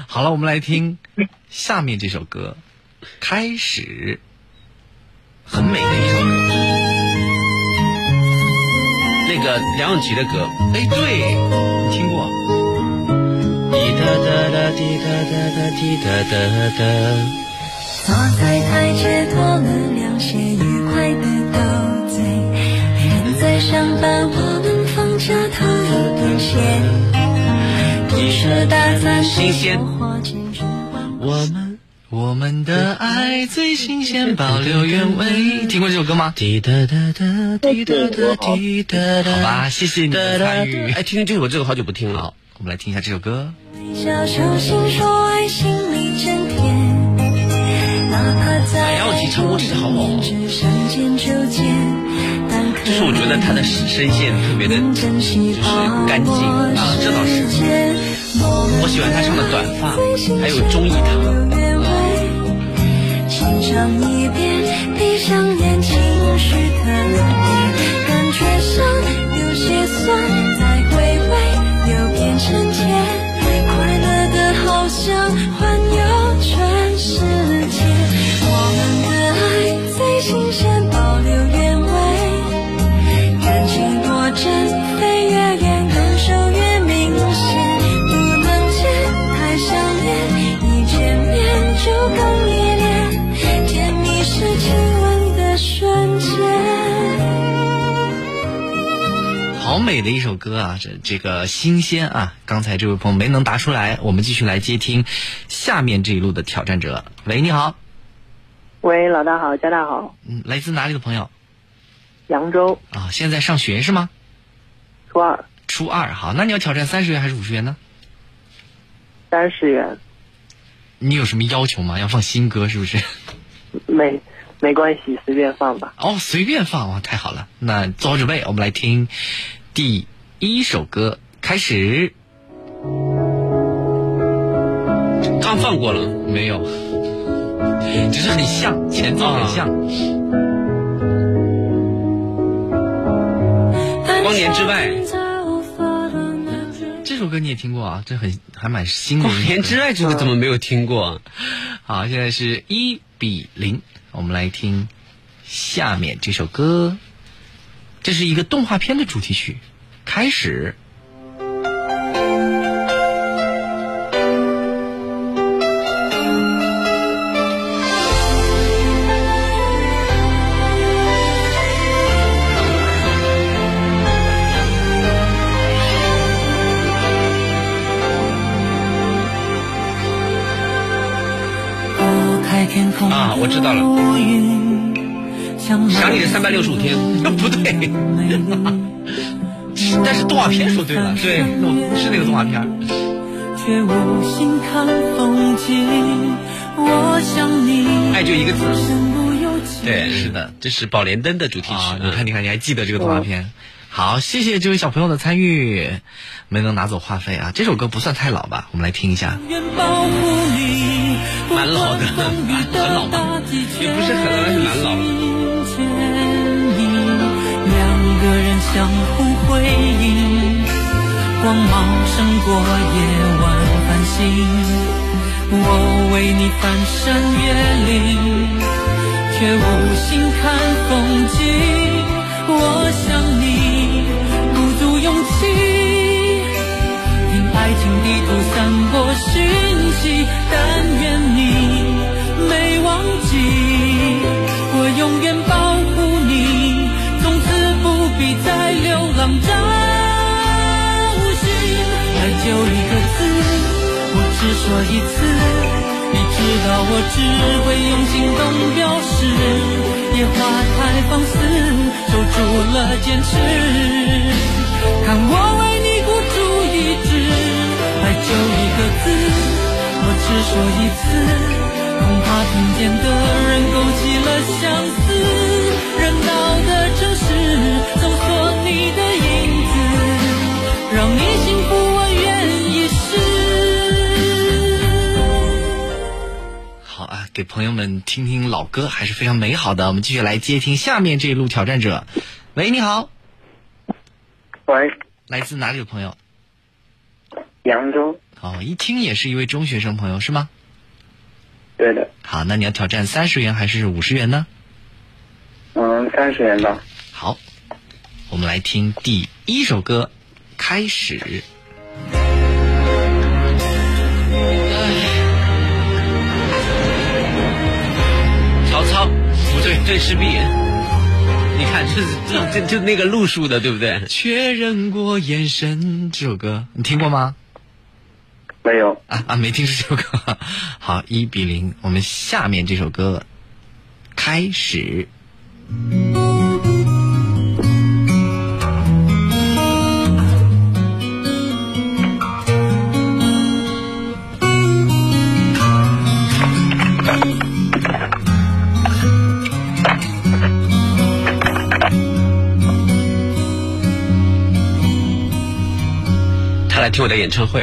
S3: 好了，我们来听下面这首歌，开始，很美的一首歌。
S2: 那个梁咏琪的歌，
S3: 哎，对，你听过？
S2: 滴答答答，滴答答答，滴答答答。
S1: 坐在台阶脱了凉鞋，愉快的斗嘴，没人在上班，我们放假偷偷奔现，不舍大餐
S2: 新鲜
S1: 火简直忘不
S3: 我们我们的爱最新鲜，保留原味。 听过这首歌吗？
S2: 滴答答答，滴答答，滴答答。
S3: 好吧，谢谢你的参与。
S2: 哎，听听这首，这个好久不听了。
S3: 好，我们来听一下这首歌。
S1: 小手心说爱心里真甜，哪怕
S2: 哎
S1: 再
S2: 呀我提倡我这个好不好
S1: 只相见就见，但可
S2: 就是我觉得他的声线特别的，就是干净啊，这倒是。我喜欢他唱的短发，还有中意他。
S1: 别为情唱一遍，闭上眼情绪的脸，感觉上有些酸，再回味又变成甜，快乐的好像环游全世界。我们的爱最新鲜，保留原味，感情多真，飞越远，感受越明显，不能见太相恋，一见面就更迷恋，甜蜜是亲吻的瞬间。
S3: 好美的一首歌啊，这这个新鲜啊！刚才这位朋友没能答出来，我们继续来接听下面这一路的挑战者。喂，你好，
S22: 喂，老大好，家大好，
S3: 嗯，来自哪里的朋友
S22: 扬州
S3: 啊？现在上学是吗？
S22: 初二
S3: 初二，好，那你要挑战三十元还是五十元呢？
S22: 三十元，
S3: 你有什么要求吗？要放新歌是不是？
S22: 没没关系，随便放吧。
S3: 哦，随便放哇，太好了！那做好准备，我们来听第一首歌，开始。
S2: 刚放过了，
S3: 没有，只是很像，前奏很像。
S2: 光年之外，
S3: 嗯这首歌你也听过啊？这很还蛮新的。
S2: 光年之外这个怎么没有听过啊？
S3: 好，现在是一比零，我们来听下面这首歌，这是一个动画片的主题曲，开始。
S23: 拨开天空
S2: 啊我知道了
S23: 乌云，像
S2: 想你的三百六十五天， 不对，是但是动画片说对了，对，我是那个动画片儿。
S23: 却无心看风景。我想你，
S2: 爱就一个字
S23: 身不由己
S2: 对，是的，这是《宝莲灯》的主题曲。
S3: 啊，你看，你看，你还记得这个动画片？哦好，谢谢这位小朋友的参与，没能拿走话费啊。这首歌不算太老吧？我们来听一下。
S23: 愿保护你，
S3: 蛮老的
S23: 不管风雨
S3: 很老
S23: 的
S3: 吧
S23: 打击，
S2: 也不是很老但是蛮老了
S23: 全你两个人相互辉映，光芒胜过夜晚繁星。我为你翻山越岭，却无心看风景。我想你，鼓足勇气。凭爱情地图散播讯息，但愿你没忘记，我永远保护你，从此不必再流浪找寻。爱
S1: 就一个字，我只说一次，你知道我只会用行动表示。野花太放肆，守住了坚持，看我为你孤注一掷。爱就一个字，我只说一次，恐怕听见的人勾起了相思。人道的城市，搜索你的影子。让你幸福，我愿意试。
S3: 好啊，给朋友们听听老歌还是非常美好的。我们继续来接听下面这一路挑战者。喂，你好，
S5: 喂，
S3: 来自哪里的朋友？
S5: 扬州，
S3: 哦，一听也是一位中学生朋友是吗？
S5: 对的，
S3: 好，那你要挑战三十元还是五十元呢？
S5: 嗯，三十元吧。
S3: 好，我们来听第一首歌，开始。
S2: 曹操，不对，对是必。你看，这是这这就那个路数的，对不对？
S3: 确认过眼神这首歌，你听过吗？
S5: 没有
S3: 啊啊，没听这首歌。 好，一比零。我们下面这首歌开始。
S2: 他来听我的演唱会。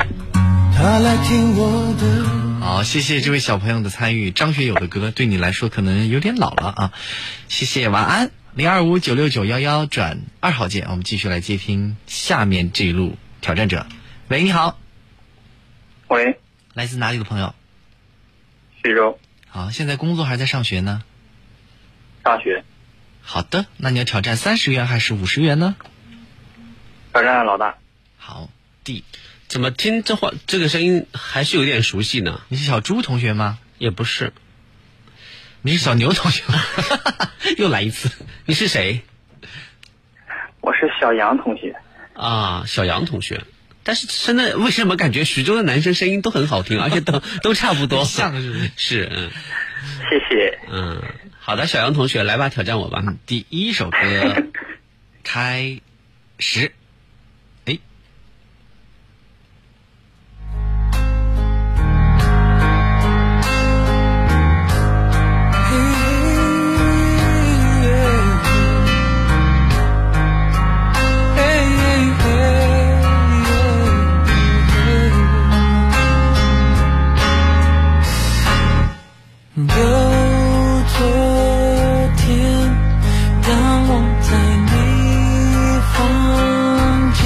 S24: 他来听我的。
S3: 好，谢谢这位小朋友的参与。张学友的歌对你来说可能有点老了啊，谢谢，晚安。零二五九六九幺幺转二号键，我们继续来接听下面这一路挑战者。喂，你好，
S5: 喂，
S3: 来自哪里的朋友？
S5: 徐州
S3: 好，现在工作还是在上学呢？
S5: 大学
S3: 好的，那你要挑战三十元还是五十元呢？
S5: 挑战老大，
S3: 好，D，
S2: 怎么听这话这个声音还是有点熟悉呢？
S3: 你是小猪同学吗？
S2: 也不是，
S3: 你是小牛同学吗？ 又来一次，
S2: 你是谁
S5: 我是小杨同学。
S2: 啊？小杨同学。但是真的，为什么感觉徐州的男生声音都很 好听，而且都都差不多？
S3: 像是不是
S2: 是，嗯
S5: 谢谢，
S2: 嗯，好的，小杨同学，来吧，挑战我吧。
S3: 第一首歌开始，哎，
S1: 有昨天，当我在你房间，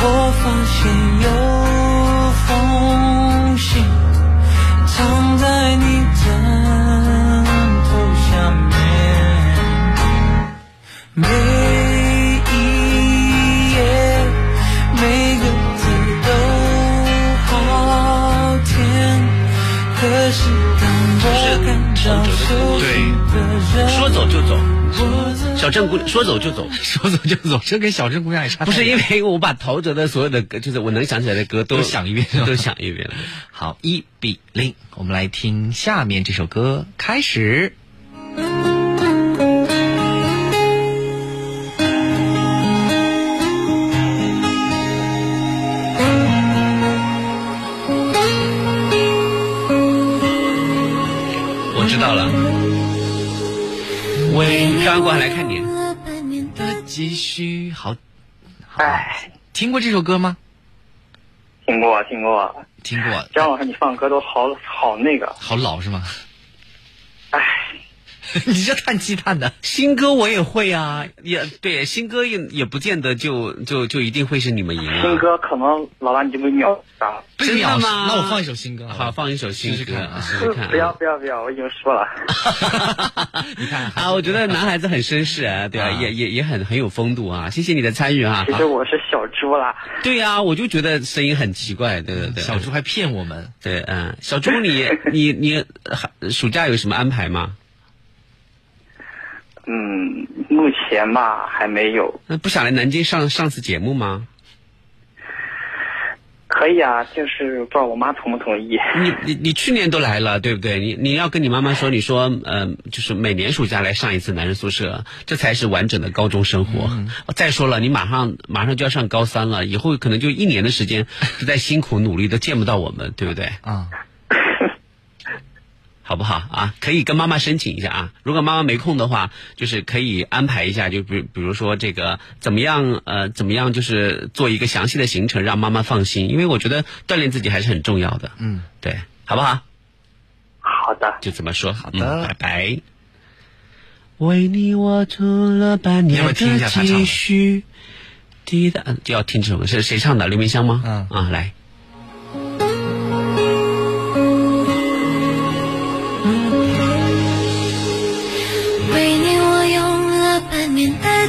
S1: 我发现有封信藏在你枕头下面。每一页，每个字都好甜。可是当我看到熟悉的人，
S2: 说走就走，
S1: 我怎
S2: 小郑姑说走就走，
S3: 说走就走，这跟小镇姑娘也差太
S2: 不是
S3: 远
S2: 因为我把陶喆的所有的歌，就是我能想起来的歌都
S3: 都想一遍是吧
S2: 都想一遍了。
S3: 好，一比零，我们来听下面这首歌，开始。
S2: 我知道了，我刚过来看你，
S3: 呃继续，好，哎，听过这首歌吗？
S5: 听过啊听过，
S3: 听过，
S5: 张老师你放歌都好好那个，
S3: 好老是吗？
S5: 哎，
S3: 你这叹气叹的，
S2: 新歌我也会啊，也对，新歌也也不见得就就就一定会是你们赢啊。
S5: 新歌可能老大你就被秒杀了。
S3: 被
S2: 真的
S3: 秒杀。
S2: 吗
S3: 那我放一首新歌
S2: 好，
S3: 吧，
S2: 放一首新歌，
S3: 试试看啊
S2: 试试看啊。
S5: 不要不要不要！我已经说了，
S3: 你看还
S2: 啊，我觉得男孩子很绅士 啊，对吧、
S3: 啊
S2: 也也也很很有风度啊，谢谢你的参与啊
S5: 其。实我是小猪啦。
S2: 对呀、啊，我就觉得声音很奇怪，对对对。
S3: 小猪还骗我们，
S2: 对，嗯，小猪你 你你呃还暑假有什么安排吗？
S5: 嗯，目前吧还没有，
S2: 那不想来南京上上次节目吗？
S4: 可以啊，就是不知道我妈同不同意。
S2: 你你你去年都来了，对不对？你你要跟你妈妈说，你说，嗯、就是每年暑假来上一次男人宿舍，这才是完整的高中生活。哦再说了，你马上马上就要上高三了，以后可能就一年的时间都在辛苦努力，都见不到我们，对不对？
S3: 啊、
S2: 好不好啊？可以跟妈妈申请一下啊。如果妈妈没空的话，就是可以安排一下，就比比如说这个怎么样呃怎么样，就是做一个详细的行程，让妈妈放心。因为我觉得锻炼自己还是很重要的，
S3: 嗯，
S2: 对，好不好？
S4: 好的，
S2: 就这么说。好
S3: 的
S2: 拜拜。为你我住了半
S3: 你要不要
S2: 年
S3: 听一
S2: 的
S3: 下他唱
S2: 积
S3: 的？
S2: 蓄，滴答嗯就要听这首歌是谁唱的？刘明湘吗？嗯啊，来。
S1: 为你我用了半年的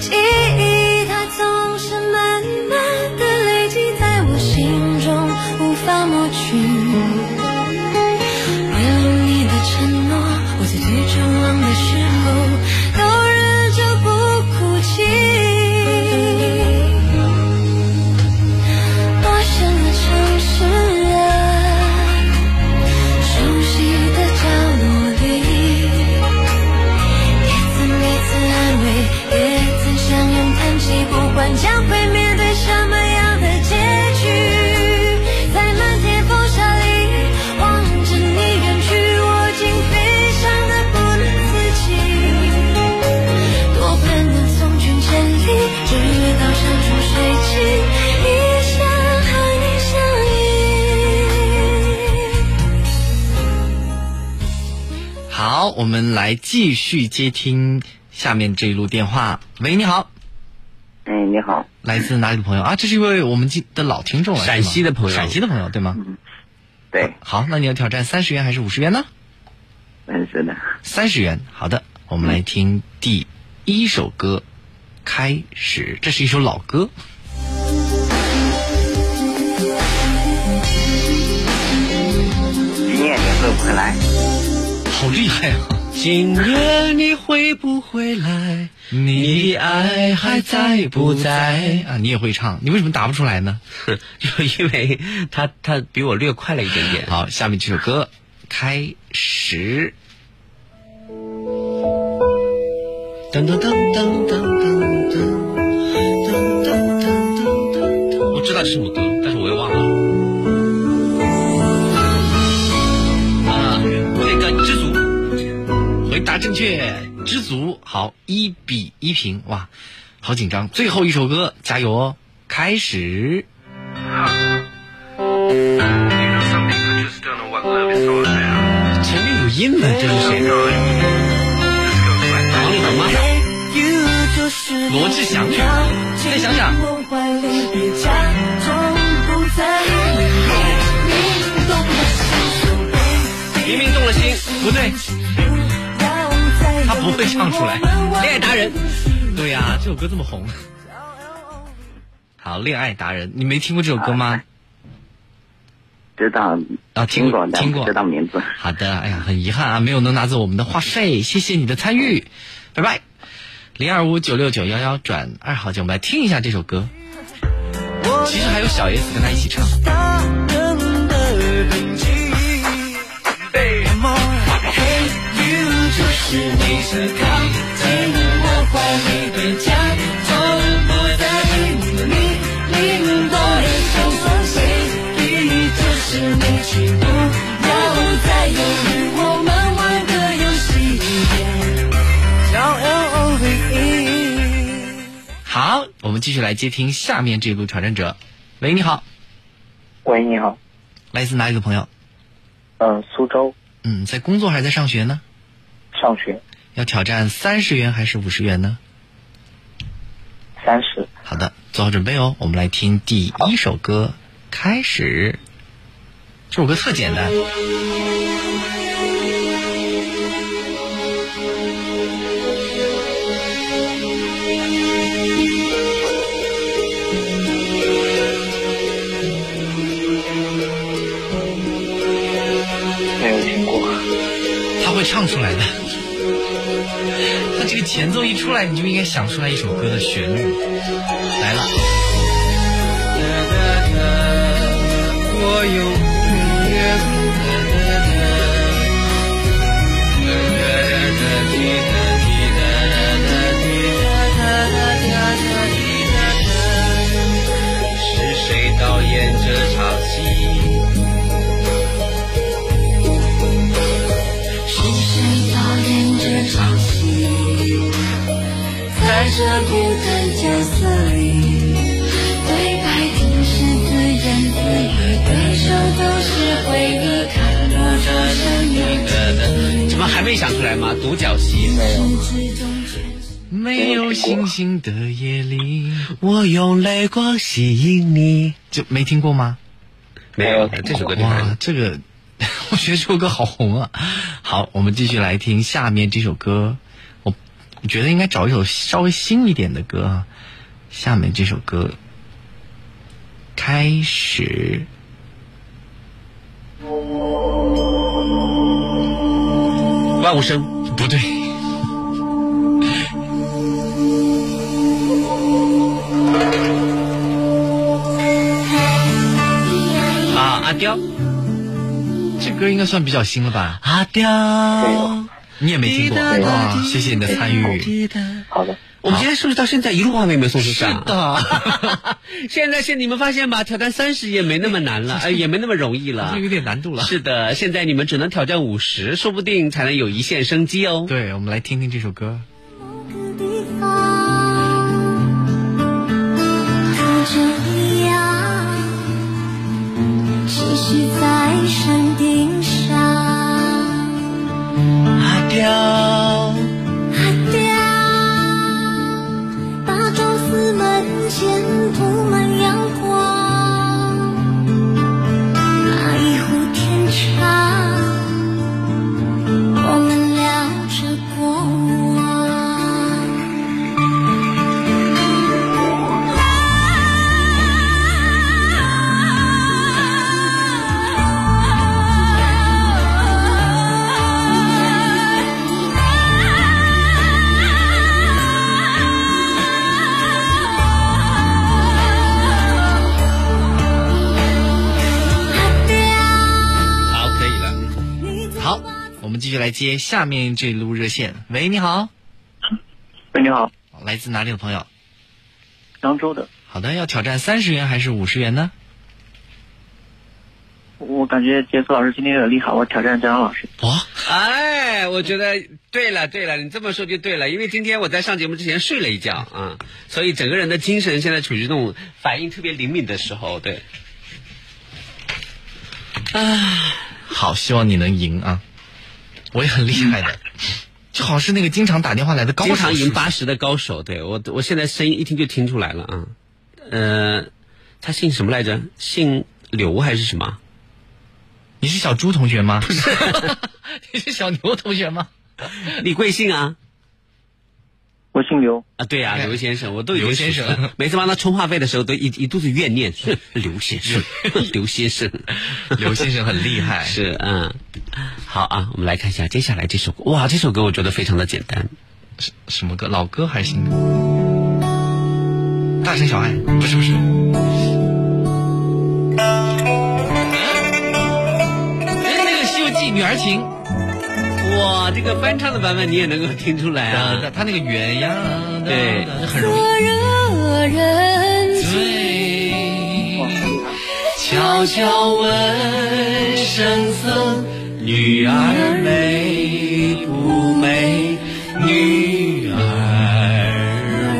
S1: 记忆它总是慢慢的累积在我心中，无法抹去。为了你的承诺，我在最绝望的时候都忍着不哭泣。陌生的城市啊，熟悉的角落里，也曾彼此安慰，也曾相拥叹息，不管将会面对什么样的结局，在漫天风沙里望着你远去，我竟悲伤的不能自己。多盼能送君千里，直到山穷水尽，一生和你相依。
S3: 好，我们来继续接听下面这一路电话。喂，你好。
S25: 哎，你好。
S3: 来自哪里的朋友啊？这是一位我们记的老听众了，
S2: 陕西的朋友
S3: 是吗陕西的朋友对吗？
S25: 嗯对。
S3: 好，那你要挑战三十元还是五十元呢？
S25: 嗯，是的。
S3: 三十元，好的，我们来听第一首歌，开始，这是一首老歌。
S25: 今年你会不会来？
S3: 好厉害啊！
S2: 今年你会不会来？
S3: 你
S2: 的爱还在不在？
S3: 啊，你也会唱，你为什么答不出来呢？
S2: 就因为他他比我略快了一点点。
S3: 好，下面这首歌开始。
S2: 噔噔噔噔噔噔噔噔噔噔噔，我知道这是什么歌，但是我又忘了。啊，那个知足，
S3: 回答正确，知足。好，一比一平，哇，好紧张。最后一首歌，加油哦！开始。前面有音呢，这是谁？王力宏吗？罗志祥，你再想想。
S2: 明明动了心，不对，
S3: 他不会唱出来。恋爱达人，对呀、这首歌这么 红。好，恋爱达人，你没听过这首歌吗？
S25: 知道
S3: 啊，听过
S25: 过，但
S3: 听
S25: 不
S3: 过
S25: 知道名字。
S3: 好的，哎呀，很遗憾啊，没有能拿走我们的话费，谢谢你的参与，拜拜。零二五九六九幺幺转二号键，我们来听一下这首歌。其实还有小 S 跟他一起唱。
S23: 就是你是靠近我怀里的家，从不在意你淋多的就算谁意就是你去不要再犹豫，我们玩的游戏一点，叫 L O V E。
S3: 好，我们继续来接听下面这一路挑战者。喂，你好，
S25: 喂，你好。
S3: 来自哪里的朋友？
S25: 嗯，苏州
S3: 嗯，在工作还是在上学呢？
S25: 上学
S3: 要挑战三十元还是五十元呢？
S25: 三十。
S3: 好的，做好准备哦。我们来听第一首歌，开始。这首歌特简单，
S14: 没有听过。
S3: 他会唱出来的。他这个前奏一出来，你就应该想出来一首歌的旋律。来了，
S23: 我有永远
S6: 是谁导演这场戏？
S1: 是谁导演这场戏？在这平凡角色里，对白尽是自言自语，对手都是回忆，看不出什么。
S2: 怎么还没想出来吗？独角戏没
S3: 没有星星的夜里，
S2: 我用泪光吸引你，
S3: 就没听过吗？
S2: 没有这首歌就
S3: 哇，这个 我觉得这首歌好红啊！好，我们继续来听下面这首歌。我我觉得应该找一首稍微新一点的歌啊。下面这首歌开始。万物生不对，啊，阿刁，这歌应该算比较新了吧？阿刁，你也没听过
S2: 没有
S3: 哇？谢谢你的参与。
S2: 好的，我们今天是不是到现在一路画面没有送出去啊？
S3: 的，
S2: 现在是你们发现吧，挑战三十也没那么难 了，哎，也没那么容易了，
S3: 有点难度了。
S2: 是的，现在你们只能挑战五十，说不定才能有一线生机哦。
S3: 对，我们来听听这首歌。
S1: 可这样，栖息在山顶上。阿
S2: 刁，
S1: 阿刁，大昭寺门前布满阳光，那一壶甜茶，我们聊着过往。
S3: 好，可以了。好，我们继续来接下面这路热线。喂，你好，哦
S14: 喂，你好，
S3: 来自哪里的朋友？
S14: 扬州的，
S3: 好的，要挑战三十元还是五十元呢？
S14: 我感觉杰斯老师今天有点厉害，我挑战张扬老师。
S2: 哎，我觉得对了，对了，你这么说就对了，因为今天我在上节目之前睡了一觉啊，所以整个人的精神现在处于这种反应特别灵敏的时候，对。
S3: 好，希望你能赢啊！我也很厉害的，就好像是那个经常打电话来的高手
S2: 经常
S3: 是
S2: 赢
S3: 不是
S2: 八十的高手，对我，我现在声音一听就听出来了啊。呃，他姓什么来着？姓刘还是什么？
S3: 你是小朱同学吗？不是， 你是小牛同学吗？
S2: 李贵姓啊？
S14: 我姓刘
S2: 啊，对呀、啊，刘先生，我都已经
S3: 哎刘先
S2: 数
S3: 生
S2: 了 每次帮他充话费的时候，都一一肚子怨念，是 刘先 生，刘先生，
S3: 刘先生很厉害
S2: 是嗯，好啊，我们来看一下接下来这首歌，哇，这首歌我觉得非常的简单，
S3: 什什么歌？老歌还是新歌？大城小爱不是不是，哎，那个《西游记》女儿情，
S2: 哇，这个翻唱的版本你也能够听出来啊，
S3: 他那个鸳鸯，
S2: 对，
S3: 很容易。
S1: 若人
S3: 醉，悄悄问声僧，女儿美不美？女儿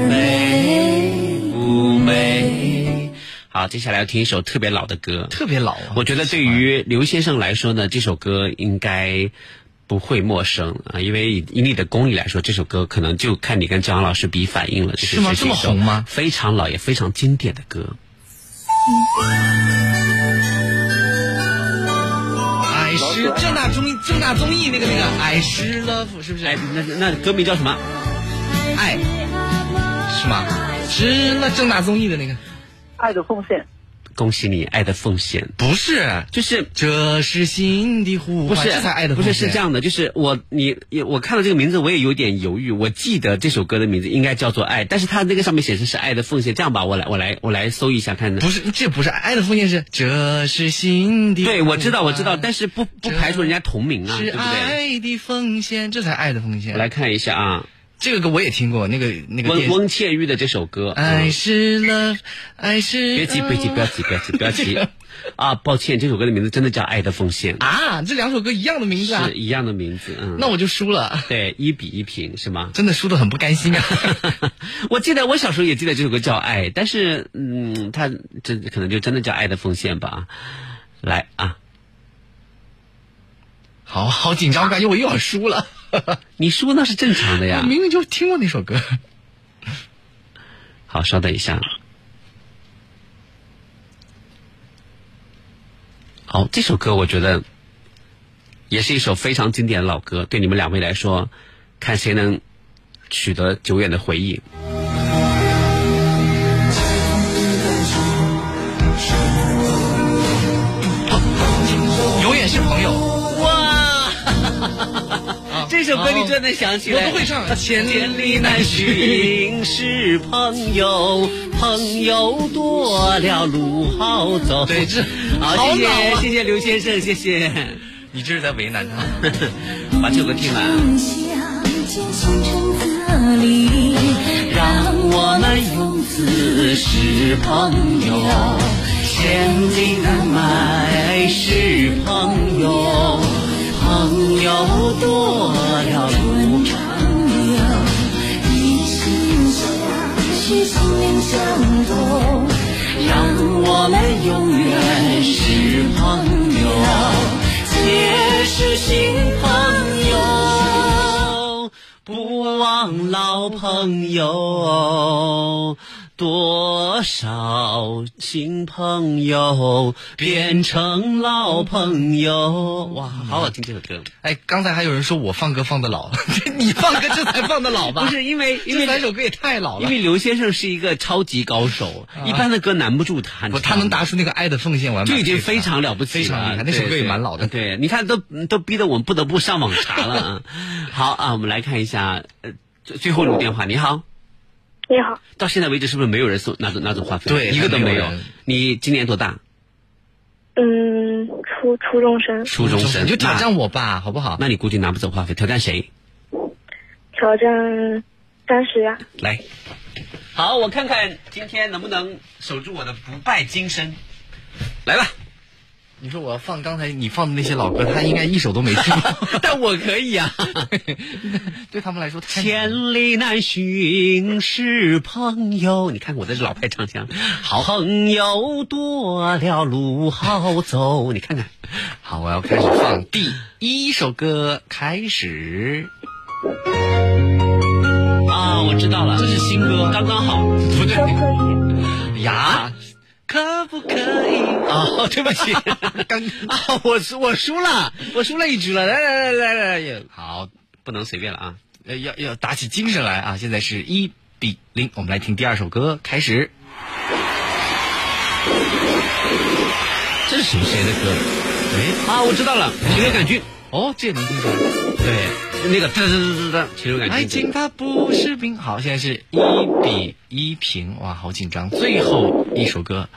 S3: 美不美？
S2: 好，接下来要听一首特别老的歌，
S3: 特别老啊！
S2: 我觉得对于刘先生来说呢，这首歌应该不会陌生啊，因为以以你的功力来说，这首歌可能就看你跟张扬老师比反应了。这
S3: 是吗
S2: 这
S3: 这么红吗？
S2: 非常老也非常经典的歌。
S1: 我
S3: 哎大综艺那个那个 I s love 是不是？
S2: 哎，那那歌名叫什么？
S3: 爱是吗？是那正大综艺的那个。
S22: 爱的奉献。
S2: 恭喜你，爱的奉献。
S3: 不是，
S2: 就是
S3: 这是心的呼
S2: 不
S3: 唤，
S2: 是
S3: 这才爱的
S2: 不
S3: 奉
S2: 是
S3: 献
S2: 是这样的，就是我你也我看到这个名字我也有点犹豫，我记得这首歌的名字应该叫做爱，但是它那个上面显示是爱的奉献。这样吧，我来我来我来搜一下看。
S3: 不是，这不是爱的奉献是这是心的呼唤。
S2: 对，我知道我知道，但是不不
S3: 这
S2: 排除人家同名啊，
S3: 嗯是
S2: 对不对？
S3: 爱的奉献，这才爱的奉献。
S2: 我来看一下啊，
S3: 这个歌我也听过，那个那个
S2: 翁
S3: 电
S2: 翁倩玉的这首歌。
S3: 爱
S2: 嗯
S3: 是啊 love，爱是
S2: 别急，别急，不要急，不要急，不要急 啊！抱歉，这首歌的名字真的叫《爱的奉献》，
S3: 啊！这两首歌一样的名字啊
S2: 是，一样的名字。嗯，
S3: 那我就输了，
S2: 对一比一平是吗？
S3: 真的输的很不甘心啊！
S2: 我记得我小时候也记得这首歌叫《爱》，但是嗯，它真可能就真的叫《爱的奉献》吧。来啊，
S3: 好好紧张，我感觉我又要输了。
S2: 你输那是正常的
S3: 我
S2: 呀。
S3: 嗯明明就听过那首歌。
S2: 好，稍等一下。好，这首歌我觉得也是一首非常经典的老歌，对你们两位来说，看谁能取得久远的回忆。
S3: 永远是朋友。哇！
S2: 这首歌你真的想起来？
S3: 啊我都会唱 千
S2: 千里难寻是朋友，朋友多了路好走。
S3: 对这
S2: 好，
S3: 好
S2: 谢
S3: 老
S2: 谢
S3: 啊
S2: 谢谢刘先生，谢谢。
S3: 你这是在为难他。
S2: 把这首歌听完。
S1: 这里，
S2: 让我们永此是朋友，千里难买是朋友，朋友多了路长
S1: 有一心相惜，心灵相通，让我们永远是朋友，结识新朋友。
S2: 友，不忘老朋友。多少新朋友变成老朋友？哇，好好听这首歌。
S3: 哎，刚才还有人说我放歌放的老， 你放歌这才放的老吧？
S2: 不是因为因
S3: 这
S2: 为
S3: 三首歌也太老
S2: 因
S3: 了。
S2: 为刘先生是一个超级高手，一般的歌难不住他。
S3: 啊
S2: 你
S3: 不，
S2: 知道吗
S3: 他能答出那个爱的奉献，我还蛮
S2: 就已经
S3: 佩服他
S2: 非常了不起了，
S3: 非常厉害。那
S2: 对
S3: 首歌
S2: 对
S3: 也蛮老的。
S2: 对，你看都都逼得我们不得不上网查了。 啊。好啊，我们来看一下，呃，最最后一路电话。你好，
S7: 你好，
S2: 到现在为止是不是没有人送拿走拿走话费？
S3: 对
S2: 一个都没
S3: 没有
S2: 有
S3: 人。
S2: 你今年多大？
S7: 嗯，初初中生，
S2: 初中生。
S3: 你就挑
S2: 那
S3: 战我吧，好不好？
S2: 那你估计拿不走话费，挑战谁？
S7: 挑战三十元。
S2: 来，好，我看看今天能不能守住我的不败金身。来吧，
S3: 你说我要放刚才你放的那些老歌，他应该一首都没听过。
S2: 但我可以 啊。
S3: 对他们来说太难了，
S2: 千里难寻是朋友，你看我这是老派唱 腔。好，朋友多了路好走，你看看，
S3: 好，我要开始放第一首歌，开始。
S2: 啊，我知道了，
S3: 这是新歌
S2: 刚刚好。
S3: 不对，
S2: 呀，
S3: 可不可以？
S2: 啊，对不起，
S3: 刚
S2: 啊，我输我输了，
S3: 我输了一局了，来来来来来也好，
S2: 不能随便了啊。
S3: 呃要要打起精神来啊！现在是一比零，我们来听第二首歌，开始。
S2: 这是谁谁的歌？
S3: 哎，
S2: 啊，我知道了，禽流感菌。
S3: 哦，这个能听出来。
S2: 对，那个哒哒哒哒哒，禽流感菌。
S3: 爱情它不是病。好，现在是一比一平，哇，好紧张。最后一首歌，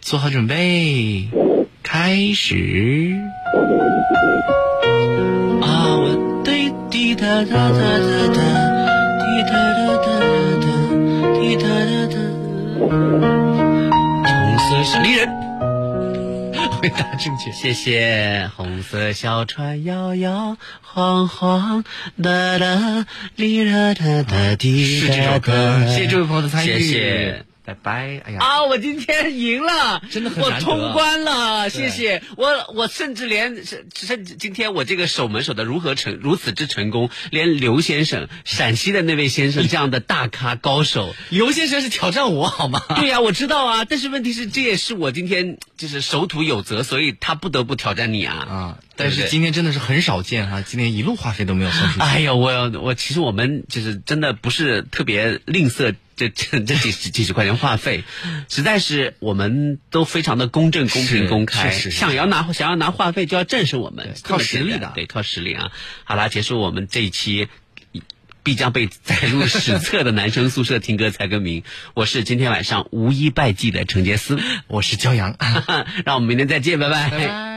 S3: 做好准备，开始。啊，我对滴答答答答答，滴答答答答，滴答答答。红色是离人，回答正确。
S2: 谢谢红色小船摇摇晃晃，啊哒哒哩啦哒哒滴
S3: 是这首歌谢谢这位朋友的参与
S2: 谢谢
S3: 拜拜。哎呀，
S10: 啊，我今天赢了，
S3: 真的很
S10: 我
S2: 啊
S3: 难得
S10: 通关了，谢
S3: 对
S10: 谢
S2: 我我甚至连甚甚至今天我这个守门守的如何成如此之成功，连刘先生陕西的那位先生这样的大咖高手，
S3: 刘先生是挑战我好吗？
S2: 对呀、我知道啊，但是问题是这也是我今天就是守土有责，所以他不得不挑战你啊
S3: 啊！但是今天真的是很少见哈、今天一路话费都没有送 出去。
S2: 哎呀，我我其实我们就是真的不是特别吝啬这 这这几十几十块钱话费，实在是我们都非常的公正、公
S3: 是
S2: 平、公开。
S3: 是是是
S2: 想要拿想要拿话费就要正视我们，
S3: 靠实力
S2: 这么
S3: 的
S2: 简单对，靠实力啊！好啦，结束我们这一期。必将被载入史册的男生宿舍听歌猜歌名，我是今天晚上无一败绩的程杰思，
S3: 我是骄阳，
S2: 让我们明天再见，拜拜
S3: 拜拜